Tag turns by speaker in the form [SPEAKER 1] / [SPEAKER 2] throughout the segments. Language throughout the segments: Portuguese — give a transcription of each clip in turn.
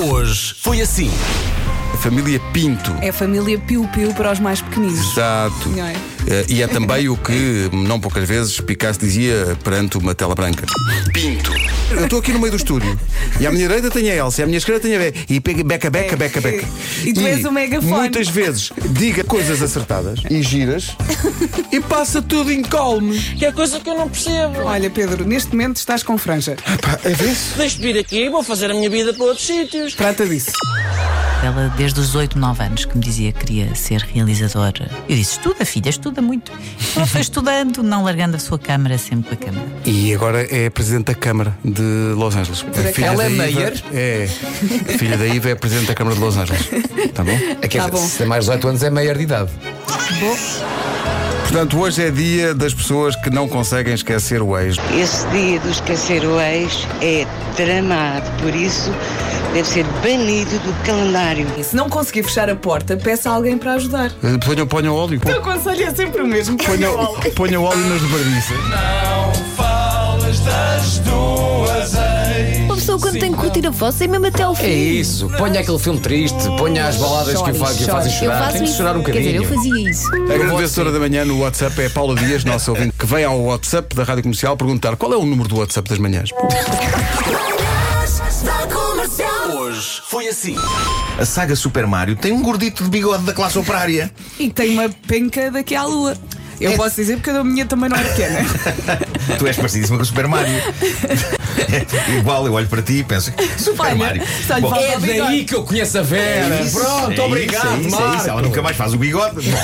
[SPEAKER 1] Hoje foi assim.
[SPEAKER 2] A família Pinto.
[SPEAKER 3] É a família Piu Piu para os mais pequeninos.
[SPEAKER 2] Exato.
[SPEAKER 3] Não é?
[SPEAKER 2] Eh, E é também o que, não poucas vezes, Picasso dizia perante uma tela branca. Pinto. Eu estou aqui no meio do estúdio. E à minha direita tenho a Elsa, e à minha esquerda tenho a Beca. E pega- beca, beca, beca, beca.
[SPEAKER 3] E tu és o megafone.
[SPEAKER 2] Muitas vezes diga coisas acertadas e giras e passa tudo em colme.
[SPEAKER 4] Que é coisa que eu não percebo.
[SPEAKER 3] Olha, Pedro, neste momento estás com franja.
[SPEAKER 2] Pá, é vez?
[SPEAKER 4] Deixo-te vir aqui, vou fazer a minha vida para outros sítios.
[SPEAKER 3] Trata disso.
[SPEAKER 5] Ela, desde os 8, 9 anos, que me dizia que queria ser realizadora. Eu disse: estuda, filha, estuda muito. Ela foi estudando, não largando a sua câmara, sempre com a câmara.
[SPEAKER 2] E agora é presidente da Câmara de Los Angeles. A filha
[SPEAKER 6] Ela
[SPEAKER 2] da
[SPEAKER 6] é
[SPEAKER 2] Iva-
[SPEAKER 6] mayor?
[SPEAKER 2] É. A filha da Iva é presidente da Câmara de Los Angeles. Tá bom?
[SPEAKER 6] É que
[SPEAKER 3] Tá bom.
[SPEAKER 6] se tem mais 18 anos é maior de idade.
[SPEAKER 2] Portanto, hoje é dia das pessoas que não conseguem esquecer o ex.
[SPEAKER 7] Esse dia do esquecer o ex é tramado, por isso deve ser banido do calendário.
[SPEAKER 3] E se não conseguir fechar a porta, peça a alguém para ajudar.
[SPEAKER 2] Eh, Ponham, ponham óleo.
[SPEAKER 3] O conselho é sempre o mesmo.
[SPEAKER 2] Ponham, ponham óleo nas dobradiças.
[SPEAKER 8] Uma pessoa quando tem que curtir a voz é mesmo até ao fim.
[SPEAKER 6] É isso, ponha aquele filme triste, ponha as baladas que, o fa- que o fazem
[SPEAKER 8] Eu
[SPEAKER 6] chorar.
[SPEAKER 8] faço
[SPEAKER 6] Tem que
[SPEAKER 8] isso.
[SPEAKER 6] chorar um
[SPEAKER 8] Quer dizer,
[SPEAKER 6] bocadinho.
[SPEAKER 8] eu fazia isso.
[SPEAKER 2] A grande vencedora
[SPEAKER 6] assim.
[SPEAKER 2] da manhã no WhatsApp é a Paula Dias, nossa ouvinte, que vem ao WhatsApp da Rádio Comercial perguntar qual é o número do WhatsApp das manhãs.
[SPEAKER 1] Hoje foi assim. A saga Super Mario tem um gordito de bigode da classe operária.
[SPEAKER 3] E tem uma penca daqui à lua. Eu posso dizer porque a minha também não é pequena.
[SPEAKER 1] Tu és parecidíssima com o Super Mario. É Igual, eu olho para ti e penso: Super
[SPEAKER 3] Olha,
[SPEAKER 1] Mario.
[SPEAKER 3] só lhe
[SPEAKER 1] Bom,
[SPEAKER 3] falta
[SPEAKER 6] É daí que eu conheço a Vera.
[SPEAKER 1] É isso,
[SPEAKER 6] Pronto,
[SPEAKER 1] é isso,
[SPEAKER 6] obrigado,
[SPEAKER 1] é isso, é isso.
[SPEAKER 6] Marco.
[SPEAKER 1] Ela nunca mais faz o bigode. Bom.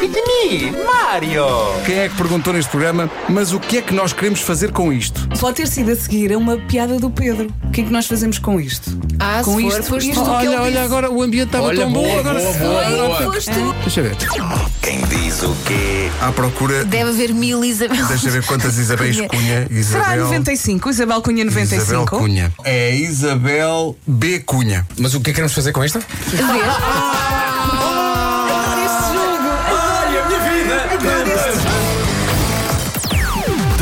[SPEAKER 1] Piqueni, Mario!
[SPEAKER 2] Quem é que perguntou neste programa, mas o que é que nós queremos fazer com isto?
[SPEAKER 3] Pode ter sido a seguir a uma piada do Pedro. O que é que nós fazemos com isto?
[SPEAKER 8] Ah,
[SPEAKER 3] Com
[SPEAKER 8] se
[SPEAKER 3] isto,
[SPEAKER 8] for, foste
[SPEAKER 3] isto-
[SPEAKER 8] tu que
[SPEAKER 2] Olha,
[SPEAKER 8] ele
[SPEAKER 2] olha, agora o ambiente estava
[SPEAKER 6] Olha,
[SPEAKER 2] tão bom.
[SPEAKER 6] boa,
[SPEAKER 2] agora
[SPEAKER 6] boa,
[SPEAKER 2] se-
[SPEAKER 6] boa,
[SPEAKER 8] disse.
[SPEAKER 6] boa.
[SPEAKER 8] Foste tu.
[SPEAKER 2] Deixa ver.
[SPEAKER 1] Quem diz o quê?
[SPEAKER 2] À procura,
[SPEAKER 8] Deve haver mil Isabel.
[SPEAKER 2] ver quantas Isabéis Cunha.
[SPEAKER 3] Será a 95? Isabel Cunha 95?
[SPEAKER 2] Cunha. É Isabel B. Cunha.
[SPEAKER 6] Mas o que é que queremos fazer com esta?
[SPEAKER 3] Este jogo!